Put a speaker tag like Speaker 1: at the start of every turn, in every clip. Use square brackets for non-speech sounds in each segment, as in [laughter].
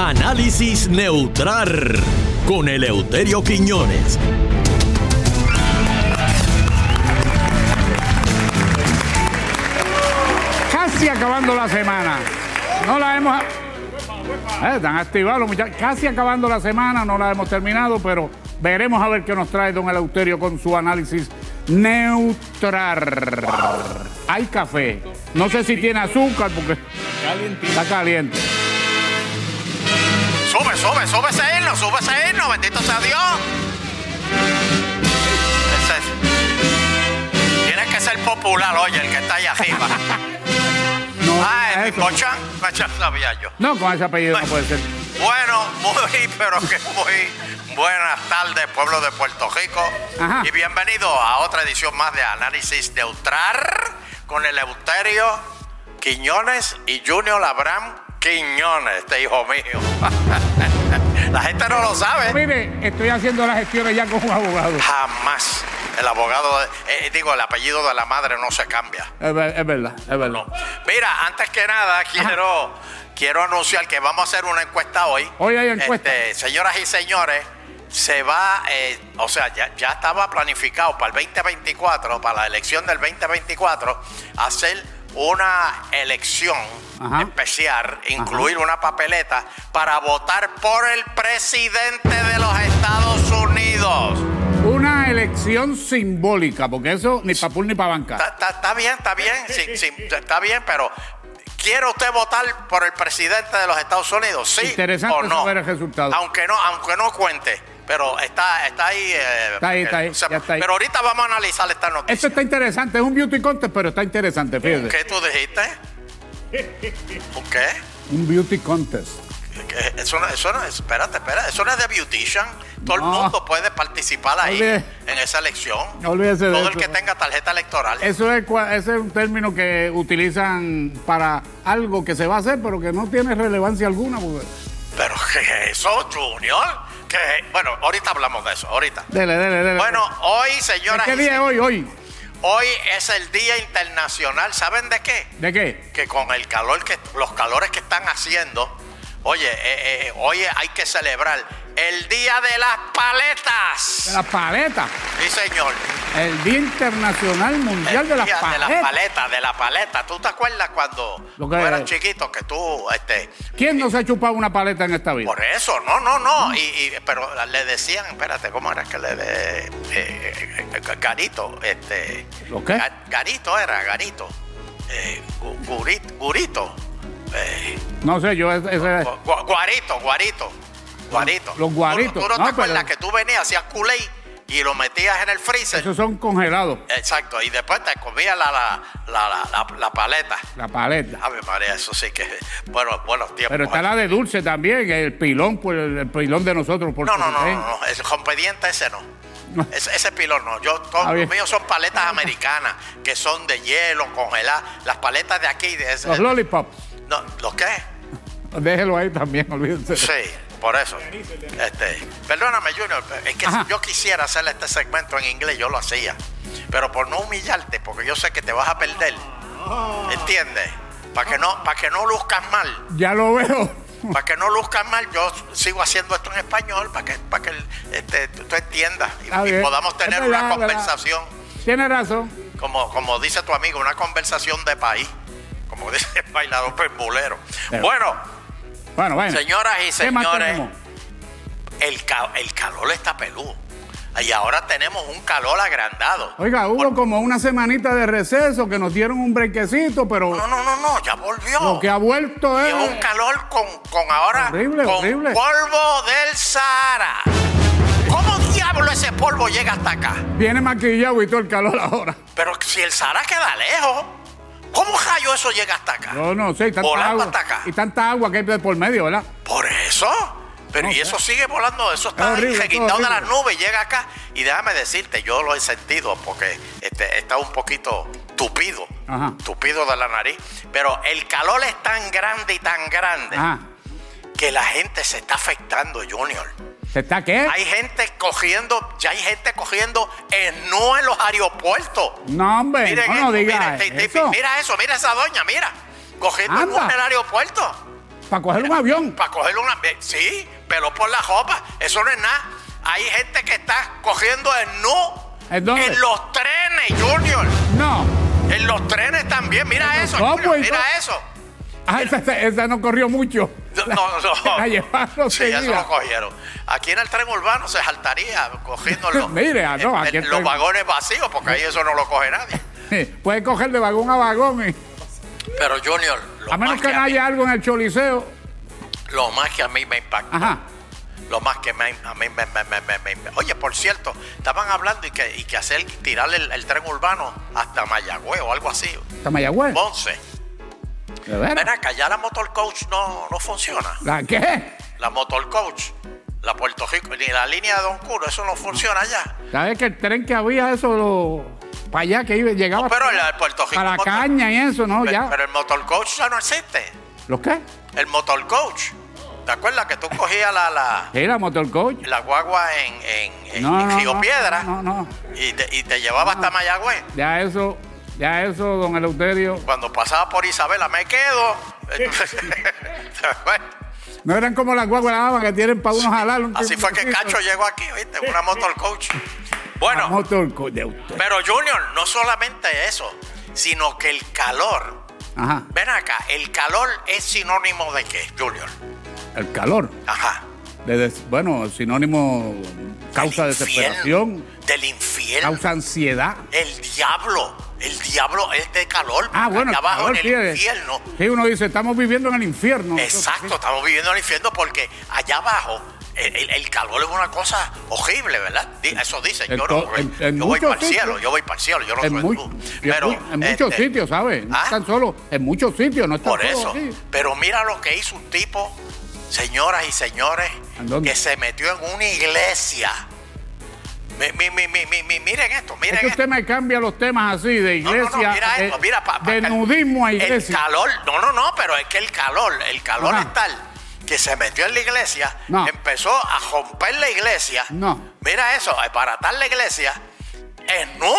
Speaker 1: Análisis neutral con Eleuterio Quiñones.
Speaker 2: Casi acabando la semana. No la hemos. Eh, están activados los muchachos. Casi acabando la semana, no la hemos terminado, pero veremos a ver qué nos trae don Eleuterio con su análisis neutral. Hay café. No sé si tiene azúcar porque está caliente.
Speaker 3: Sube, sube, sube ese himno, sube ese himno, bendito sea Dios. Ese es- Tienes que ser popular, oye, el que está
Speaker 2: [laughs]
Speaker 3: allá arriba.
Speaker 2: No,
Speaker 3: Ah,
Speaker 2: es
Speaker 3: el
Speaker 2: eso.
Speaker 3: Cochán, Cochán sabía yo.
Speaker 2: No, con ese apellido no puede ser.
Speaker 3: Bueno, muy, pero que muy buenas tardes, pueblo de Puerto Rico.
Speaker 2: Ajá.
Speaker 3: Y bienvenido a otra edición más de Análisis Neutral con Eleuterio Quiñones y Junior Labram Quiñones, este hijo mío. [laughs] La gente no lo sabe.
Speaker 2: Mire, estoy haciendo las gestiones ya con un abogado.
Speaker 3: Jamás. El abogado, de- eh, eh, digo, el apellido de la madre no se cambia.
Speaker 2: Es, ver- es verdad, es verdad.
Speaker 3: No. Mira, antes que nada, quiero, quiero anunciar que vamos a hacer una encuesta hoy.
Speaker 2: Hoy hay encuesta.
Speaker 3: Este, señoras y señores, se va, eh, o sea, ya, ya estaba planificado para el 2024, para la elección del 2024, hacer una elección
Speaker 2: Ajá.
Speaker 3: especial, incluir una papeleta para votar por el presidente de los Estados Unidos.
Speaker 2: Una elección simbólica, porque eso ni para ni para banca.
Speaker 3: Está, está- está bien, está bien, sí, sí, está bien, pero ¿quiere usted votar por el presidente de los Estados Unidos? Sí
Speaker 2: Interesante
Speaker 3: o no.
Speaker 2: saber el resultado.
Speaker 3: Aunque no, aunque no cuente, pero está, está ahí. eh,
Speaker 2: Está ahí, está ahí,
Speaker 3: eh, se-
Speaker 2: ya está ahí.
Speaker 3: Pero ahorita vamos a analizar esta
Speaker 2: Esto
Speaker 3: noticia.
Speaker 2: está interesante, es un beauty contest, pero está interesante, fíjate.
Speaker 3: ¿Qué tú dijiste? ¿Un qué?
Speaker 2: Un beauty contest.
Speaker 3: ¿Qué? Eso no, eso no, espérate, espérate, eso no es de beautician. Todo el
Speaker 2: No.
Speaker 3: mundo puede participar ahí
Speaker 2: Olvídese.
Speaker 3: en esa elección.
Speaker 2: No olvídese de
Speaker 3: Todo
Speaker 2: eso.
Speaker 3: el que tenga tarjeta electoral.
Speaker 2: Eso es, cua- ese es un término que utilizan para algo que se va a hacer, pero que no tiene relevancia alguna. porque-
Speaker 3: Pero [laughs] ¿qué es eso, Junior? ¿Qué? Bueno, ahorita hablamos de eso, ahorita.
Speaker 2: Dele, dele, dele.
Speaker 3: Bueno, hoy,
Speaker 2: ¿De
Speaker 3: señoras,
Speaker 2: qué
Speaker 3: y
Speaker 2: día es hoy? Hoy.
Speaker 3: se- hoy es el Día Internacional, ¿saben de qué?
Speaker 2: ¿De qué?
Speaker 3: Que con el calor que los calores que están haciendo, oye, eh, eh, hoy hay que celebrar el Día de las
Speaker 2: De
Speaker 3: Paletas.
Speaker 2: las paletas.
Speaker 3: Sí, señor.
Speaker 2: El Día Internacional Mundial
Speaker 3: El
Speaker 2: de las
Speaker 3: Día de las
Speaker 2: Paletas.
Speaker 3: paletas, de las paletas. ¿Tú te acuerdas cuando
Speaker 2: Lo
Speaker 3: tú
Speaker 2: que-
Speaker 3: eras chiquito que tú este,
Speaker 2: ¿Quién no se ha chupado una paleta en esta vida?
Speaker 3: Por eso, no, no, no. Y, y- pero le decían, espérate, ¿cómo era que le de eh, eh, eh, Garito, este.
Speaker 2: ¿Lo qué?
Speaker 3: Ga- Garito era, Garito. Eh, gu- gurit- gurito. eh,
Speaker 2: No sé, yo ese- ese-
Speaker 3: gu- gu- guarito, guarito. Guarito.
Speaker 2: Los guaritos,
Speaker 3: Tú, no
Speaker 2: no,
Speaker 3: te acuerdas
Speaker 2: pero-
Speaker 3: que tú venías, hacías culé y lo metías en el freezer.
Speaker 2: esos son congelados,
Speaker 3: Exacto. Y después te comías la, la, la, la, la- la paleta.
Speaker 2: la paleta.
Speaker 3: Ave María, eso sí que. Bueno, buenos tiempos.
Speaker 2: Pero está la de dulce también, el pilón, pues el, el pilón de nosotros. Por
Speaker 3: No, no, no,
Speaker 2: Cortés.
Speaker 3: no, no, el compediente ese no.
Speaker 2: No.
Speaker 3: Ese, ese pilón no. Yo, todos
Speaker 2: Ah, bien.
Speaker 3: los míos son paletas americanas, que son de hielo, congeladas. Las paletas de aquí, de ese.
Speaker 2: Los lollipops.
Speaker 3: no, ¿Los qué?
Speaker 2: Déjelo ahí también, [laughs] olvídense.
Speaker 3: Sí, por eso. Este, perdóname, Junior, es que
Speaker 2: Ajá.
Speaker 3: si yo quisiera hacer este segmento en inglés, yo lo hacía. Pero por no humillarte, porque yo sé que te vas a perder. ¿Entiendes? Para que, no, para que no luzcas mal.
Speaker 2: Ya lo veo.
Speaker 3: Para que no luzcan mal, yo sigo haciendo esto en español para que, para que este, tú, tú entiendas y,
Speaker 2: Está
Speaker 3: y
Speaker 2: bien.
Speaker 3: podamos
Speaker 2: Es
Speaker 3: tener
Speaker 2: verdad,
Speaker 3: una
Speaker 2: es verdad.
Speaker 3: conversación,
Speaker 2: Tiene razón.
Speaker 3: como, como dice tu amigo, una conversación de país, como [laughs] dice el bailador permulero.
Speaker 2: Pero-
Speaker 3: Bueno,
Speaker 2: Bueno, bueno.
Speaker 3: señoras y
Speaker 2: ¿Qué más
Speaker 3: señores,
Speaker 2: tenemos?
Speaker 3: el, ca- el calor está peludo. Y ahora tenemos un calor agrandado.
Speaker 2: Oiga, hubo
Speaker 3: Por-
Speaker 2: como una semanita de receso que nos dieron un brequecito, pero
Speaker 3: No, no, no, no, ya volvió.
Speaker 2: lo que ha vuelto
Speaker 3: Y
Speaker 2: es.
Speaker 3: es un calor con, con ahora
Speaker 2: Horrible,
Speaker 3: con
Speaker 2: horrible.
Speaker 3: polvo del Sahara. ¿Cómo diablo ese polvo llega hasta acá?
Speaker 2: Viene maquillado y todo el calor [laughs] ahora.
Speaker 3: Pero si el Sahara queda lejos, ¿cómo rayo eso llega hasta acá?
Speaker 2: Yo no sé, y tanta
Speaker 3: Volando
Speaker 2: agua.
Speaker 3: hasta acá.
Speaker 2: Y tanta agua que hay de por medio, ¿verdad?
Speaker 3: Por eso. Pero
Speaker 2: No
Speaker 3: y
Speaker 2: sé.
Speaker 3: eso sigue volando, eso
Speaker 2: Es
Speaker 3: está ahí,
Speaker 2: horrible, es
Speaker 3: reguindado de
Speaker 2: horrible.
Speaker 3: las nubes, llega acá. Y déjame decirte, yo lo he sentido porque este, está un poquito tupido,
Speaker 2: Ajá.
Speaker 3: tupido de la nariz. Pero el calor es tan grande y tan grande
Speaker 2: Ajá.
Speaker 3: que la gente se está afectando, Junior.
Speaker 2: ¿Se está qué?
Speaker 3: Hay gente cogiendo, ya hay gente cogiendo en no en los aeropuertos.
Speaker 2: No, hombre,
Speaker 3: Miren este,
Speaker 2: no,
Speaker 3: esto,
Speaker 2: no diga
Speaker 3: miren, te- te-
Speaker 2: eso.
Speaker 3: mira eso, mira esa doña, mira. Cogiendo en
Speaker 2: Anda.
Speaker 3: el aeropuerto.
Speaker 2: Para coger un avión.
Speaker 3: Para coger una. eh, Sí, pero por la ropa. Eso no es nada. Hay gente que está cogiendo el nu
Speaker 2: ¿En dónde?
Speaker 3: en los trenes, Junior.
Speaker 2: No.
Speaker 3: En los trenes también. Mira eso,
Speaker 2: ¿cómo,
Speaker 3: Junior,
Speaker 2: entonces?
Speaker 3: Mira eso.
Speaker 2: Ah, esa, esa- esa no corrió mucho.
Speaker 3: No, no,
Speaker 2: [laughs]
Speaker 3: no.
Speaker 2: La llevaron
Speaker 3: Sí, eso
Speaker 2: seguida.
Speaker 3: lo cogieron. Aquí en el tren urbano se saltaría
Speaker 2: [laughs]
Speaker 3: cogiendo los,
Speaker 2: Mire, ah, no, aquí
Speaker 3: eh,
Speaker 2: estoy-
Speaker 3: los vagones vacíos, porque ahí eso no lo coge nadie.
Speaker 2: Puedes coger de vagón a vagón. y-
Speaker 3: Pero Junior, lo,
Speaker 2: a menos
Speaker 3: más que
Speaker 2: que no
Speaker 3: a mí,
Speaker 2: haya algo en el choliseo.
Speaker 3: lo más que a mí me impactó,
Speaker 2: Ajá.
Speaker 3: lo más que me- a mí me, me- me- me- me- me- Oye, por cierto, estaban hablando y que, y que hacer tirar el, el tren urbano hasta Mayagüez o algo así,
Speaker 2: Está Mayagüez. [laughs]
Speaker 3: Monse.
Speaker 2: De veras.
Speaker 3: Ven acá, ya la motor coach no, no funciona.
Speaker 2: ¿La qué?
Speaker 3: La motor coach, la Puerto Rico, ni la línea de Don Curo, eso no funciona ya.
Speaker 2: ¿Sabes que el tren que había, eso, lo, para allá que iba, llegaba
Speaker 3: No, pero el, el Puerto Rico.
Speaker 2: a la
Speaker 3: motor-
Speaker 2: caña y eso, ¿no?
Speaker 3: Pe-
Speaker 2: Ya.
Speaker 3: Pero el motor coach ya no existe.
Speaker 2: ¿Los qué?
Speaker 3: El motor coach. ¿Te acuerdas que tú cogías la, la,
Speaker 2: Era motorcoach.
Speaker 3: la guagua en, en, en-
Speaker 2: No,
Speaker 3: en
Speaker 2: no,
Speaker 3: Río
Speaker 2: no,
Speaker 3: Piedra
Speaker 2: No, no.
Speaker 3: Y, te, y te llevaba hasta Mayagüez?
Speaker 2: Ya eso, ya eso, don Eleuterio.
Speaker 3: Cuando pasaba por Isabela,
Speaker 2: [laughs]
Speaker 3: me quedo. ¿Te acuerdas?
Speaker 2: No eran como las guaguas de la Habana que tienen para uno jalar. Un
Speaker 3: [laughs] Así fue que
Speaker 2: timbrecito.
Speaker 3: Cacho llegó aquí, ¿viste? Una motor coach.
Speaker 2: La
Speaker 3: Bueno,
Speaker 2: motorcoach de usted.
Speaker 3: pero Junior, no solamente eso, sino que el calor.
Speaker 2: Ajá.
Speaker 3: Ven acá, ¿el calor es sinónimo de qué, Junior?
Speaker 2: El calor.
Speaker 3: Ajá.
Speaker 2: de des- bueno, sinónimo causa
Speaker 3: Del infierno,
Speaker 2: desesperación,
Speaker 3: Del infierno.
Speaker 2: causa ansiedad.
Speaker 3: El diablo. El diablo es de calor.
Speaker 2: Ah,
Speaker 3: porque
Speaker 2: bueno,
Speaker 3: allá abajo
Speaker 2: calor,
Speaker 3: en
Speaker 2: sí,
Speaker 3: el
Speaker 2: es-
Speaker 3: infierno.
Speaker 2: Sí, uno dice, estamos viviendo en el infierno.
Speaker 3: Exacto, estamos viviendo en el infierno porque allá abajo el, el- el calor es una cosa horrible, ¿verdad? Di- Eso dicen.
Speaker 2: En
Speaker 3: yo
Speaker 2: to-
Speaker 3: no, porque
Speaker 2: en- en
Speaker 3: yo voy
Speaker 2: muchos
Speaker 3: para el cielo,
Speaker 2: sitios.
Speaker 3: yo voy para el cielo, yo no
Speaker 2: En,
Speaker 3: soy
Speaker 2: muy-
Speaker 3: tú.
Speaker 2: en
Speaker 3: Pero,
Speaker 2: muy- en muchos
Speaker 3: este,
Speaker 2: sitios, ¿sabes? No
Speaker 3: ¿ah?
Speaker 2: están solo, en muchos sitios, no están
Speaker 3: Por
Speaker 2: solo
Speaker 3: eso.
Speaker 2: aquí.
Speaker 3: Pero mira lo que hizo un tipo, señoras y señores,
Speaker 2: ¿En dónde?
Speaker 3: que se metió en una iglesia. Mi- mi- mi- mi- mi- mi- miren esto, miren
Speaker 2: Es que
Speaker 3: esto.
Speaker 2: usted me cambia los temas así, de
Speaker 3: No, no,
Speaker 2: iglesia,
Speaker 3: no, mira
Speaker 2: de,
Speaker 3: esto, mira, pa- pa-
Speaker 2: de nudismo a iglesia.
Speaker 3: El calor, no, no, no, pero es que el calor, el calor
Speaker 2: Ajá.
Speaker 3: es tal que se metió en la iglesia,
Speaker 2: No.
Speaker 3: empezó a romper la iglesia.
Speaker 2: No.
Speaker 3: Mira eso, para tal la iglesia, es no.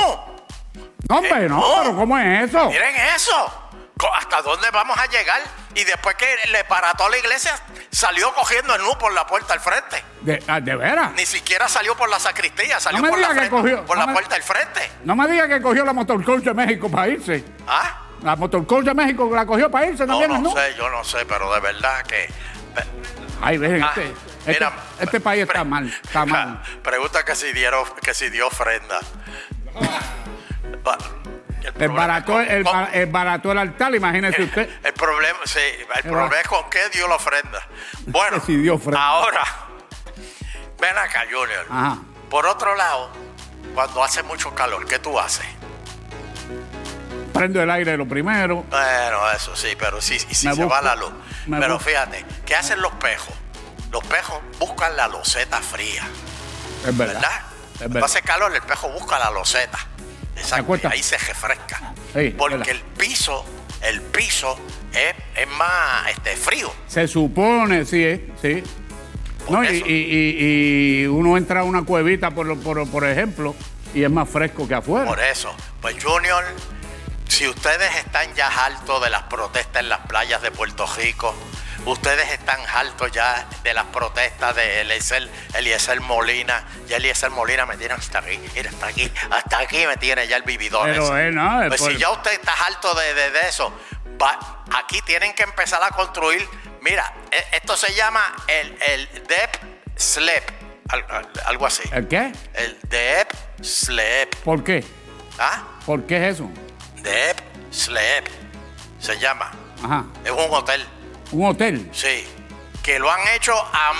Speaker 2: No, hombre, no,
Speaker 3: no.
Speaker 2: pero ¿cómo es eso?
Speaker 3: Miren eso. Co- ¿Hasta dónde vamos a llegar? Y después que le parató la iglesia, salió cogiendo el nu por la puerta al frente.
Speaker 2: De, ah, de veras.
Speaker 3: Ni siquiera salió por la sacristía, salió
Speaker 2: No me
Speaker 3: por, la,
Speaker 2: diga que
Speaker 3: frente-
Speaker 2: cogió.
Speaker 3: por
Speaker 2: No
Speaker 3: la
Speaker 2: me-
Speaker 3: puerta al frente.
Speaker 2: No me diga que cogió la motorcoach de México para irse.
Speaker 3: ¿Ah?
Speaker 2: La motorcoach de México la cogió para irse
Speaker 3: No,
Speaker 2: también,
Speaker 3: no,
Speaker 2: ¿no?
Speaker 3: sé, yo no sé, pero de verdad que.
Speaker 2: Ay, ven,
Speaker 3: Ah,
Speaker 2: este, este,
Speaker 3: mira,
Speaker 2: este país está
Speaker 3: pre-
Speaker 2: mal, está mal.
Speaker 3: Pregunta que si, dieron, que si dio ofrenda. Ba- el
Speaker 2: El
Speaker 3: problema es
Speaker 2: barato,
Speaker 3: con-
Speaker 2: el,
Speaker 3: con- Eh.
Speaker 2: ba- el barato el altar, imagínese usted.
Speaker 3: el problema, sí, el problema es con qué dio la ofrenda. Bueno,
Speaker 2: Sí dio ofrenda. Ah.
Speaker 3: ahora, ven acá, Junior.
Speaker 2: Ajá.
Speaker 3: Por otro lado, cuando hace mucho calor, ¿qué tú haces?
Speaker 2: Prendo el aire lo primero.
Speaker 3: Bueno, eso sí, pero sí, y si
Speaker 2: Me
Speaker 3: se
Speaker 2: busco-
Speaker 3: va la luz.
Speaker 2: me
Speaker 3: Pero
Speaker 2: busco.
Speaker 3: fíjate, ¿qué hacen los pejos? Los pejos buscan la loseta fría.
Speaker 2: Es verdad.
Speaker 3: ¿verdad?
Speaker 2: Es
Speaker 3: Cuando
Speaker 2: verdad.
Speaker 3: hace calor, el pejo busca la loseta. Exacto.
Speaker 2: acuerdas?
Speaker 3: y ahí se refresca.
Speaker 2: Sí, es verdad.
Speaker 3: porque el piso, el piso es, es más este, frío.
Speaker 2: Se supone, sí, eh, sí.
Speaker 3: Por
Speaker 2: No, y,
Speaker 3: eso.
Speaker 2: y- y- y uno entra a una cuevita, por, lo- por, por ejemplo, y es más fresco que afuera.
Speaker 3: Por eso. Pues Junior, si ustedes están ya hartos de las protestas en las playas de Puerto Rico, ustedes están hartos ya de las protestas de Eliezer, Eliezer Molina. Ya Eliezer Molina me tiene hasta aquí, mira, hasta aquí, hasta aquí me tiene ya el vividor.
Speaker 2: Pero,
Speaker 3: ese.
Speaker 2: eh, no,
Speaker 3: Pues
Speaker 2: por-
Speaker 3: si ya usted está harto de, de- de eso, va- aquí tienen que empezar a construir. Mira, e- esto se llama el, el Dep Slep, al- al- algo así.
Speaker 2: ¿El qué?
Speaker 3: El Dep Slep.
Speaker 2: ¿Por qué?
Speaker 3: ¿Ah?
Speaker 2: ¿Por qué es eso?
Speaker 3: Dep Sleep se llama.
Speaker 2: Ajá.
Speaker 3: Es un hotel,
Speaker 2: Un hotel.
Speaker 3: sí. Que lo han hecho a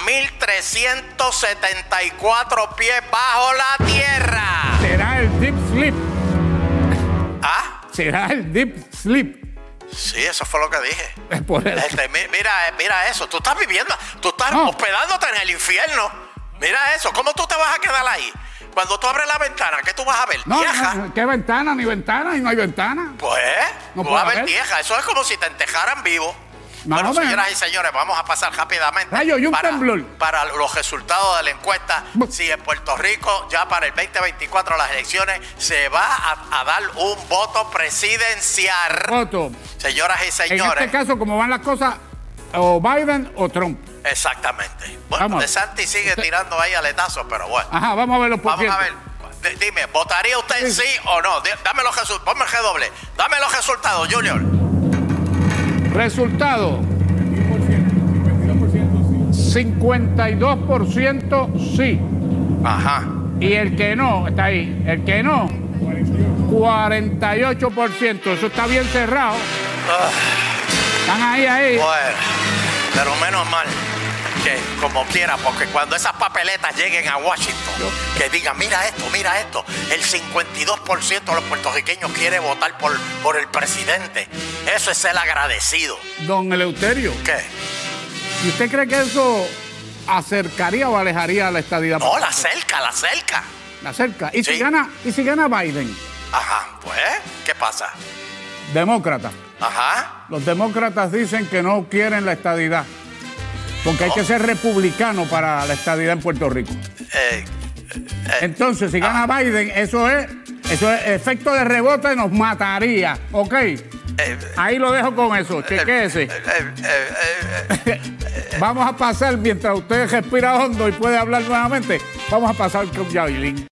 Speaker 3: 1374 pies bajo la tierra.
Speaker 2: Será el deep sleep.
Speaker 3: Ah,
Speaker 2: Será el deep sleep. [laughs]
Speaker 3: sí, eso fue lo que dije.
Speaker 2: Es por eso.
Speaker 3: Este, mi- mira, eh, mira eso. Tú estás viviendo, tú estás
Speaker 2: No.
Speaker 3: hospedándote en el infierno. Mira eso. ¿Cómo tú te vas a quedar ahí? Cuando tú abres la ventana, ¿qué tú vas a ver?
Speaker 2: No,
Speaker 3: Vieja.
Speaker 2: no, ¿qué ventana? Ni ventana, y no hay ventana.
Speaker 3: Pues,
Speaker 2: No
Speaker 3: tú vas a
Speaker 2: puede
Speaker 3: ver
Speaker 2: haber.
Speaker 3: vieja. Eso es como si te entejaran vivo.
Speaker 2: No,
Speaker 3: bueno,
Speaker 2: hombre.
Speaker 3: señoras y señores, vamos a pasar rápidamente
Speaker 2: Rayo, y un
Speaker 3: para,
Speaker 2: temblor.
Speaker 3: para los resultados de la encuesta.
Speaker 2: Bu-
Speaker 3: Si en Puerto Rico, ya para el 2024, las elecciones, se va a, a dar un voto presidencial.
Speaker 2: Otto,
Speaker 3: Señoras y
Speaker 2: en
Speaker 3: señores,
Speaker 2: este caso, como van las cosas, o Biden o Trump.
Speaker 3: Exactamente.
Speaker 2: Vamos
Speaker 3: Bueno,
Speaker 2: a
Speaker 3: De
Speaker 2: ver.
Speaker 3: Santi sigue tirando ahí aletazos, pero bueno.
Speaker 2: Ajá, vamos a ver los
Speaker 3: Vamos a
Speaker 2: porcientos.
Speaker 3: ver. D- Dime, ¿votaría usted sí o no? D- Dame los resultados. Ponme el G Dame los resultados, Junior.
Speaker 2: Resultado. 52% sí.
Speaker 3: Ajá.
Speaker 2: Y el que no, está ahí. El que no, 48%. Eso está bien cerrado. Están ahí, ahí.
Speaker 3: Ah, Bueno, pero menos mal que como quiera, porque cuando esas papeletas lleguen a Washington, que digan, mira esto, mira esto, el 52% de los puertorriqueños quiere votar por, por el presidente. Eso es el agradecido.
Speaker 2: Don Eleuterio,
Speaker 3: ¿Qué?
Speaker 2: ¿y usted cree que eso acercaría o alejaría a la estadidad?
Speaker 3: No, la cerca, la cerca.
Speaker 2: La acerca. ¿Y, si
Speaker 3: Sí.
Speaker 2: gana, ¿Y si gana Biden?
Speaker 3: Ajá, pues, ¿qué pasa?
Speaker 2: Demócrata.
Speaker 3: Ajá.
Speaker 2: Los demócratas dicen que no quieren la estadidad. Porque hay que ser republicano para la estadidad en Puerto Rico.
Speaker 3: eh, ah.
Speaker 2: Entonces, si gana Biden, eso es, eso es efecto de rebote nos mataría. ¿Ok? Ahí lo dejo con eso. Chequéese.
Speaker 3: eh, eh, eh, eh,
Speaker 2: [laughs] Vamos a pasar, mientras usted respira hondo y puede hablar nuevamente, vamos a pasar con Yailin.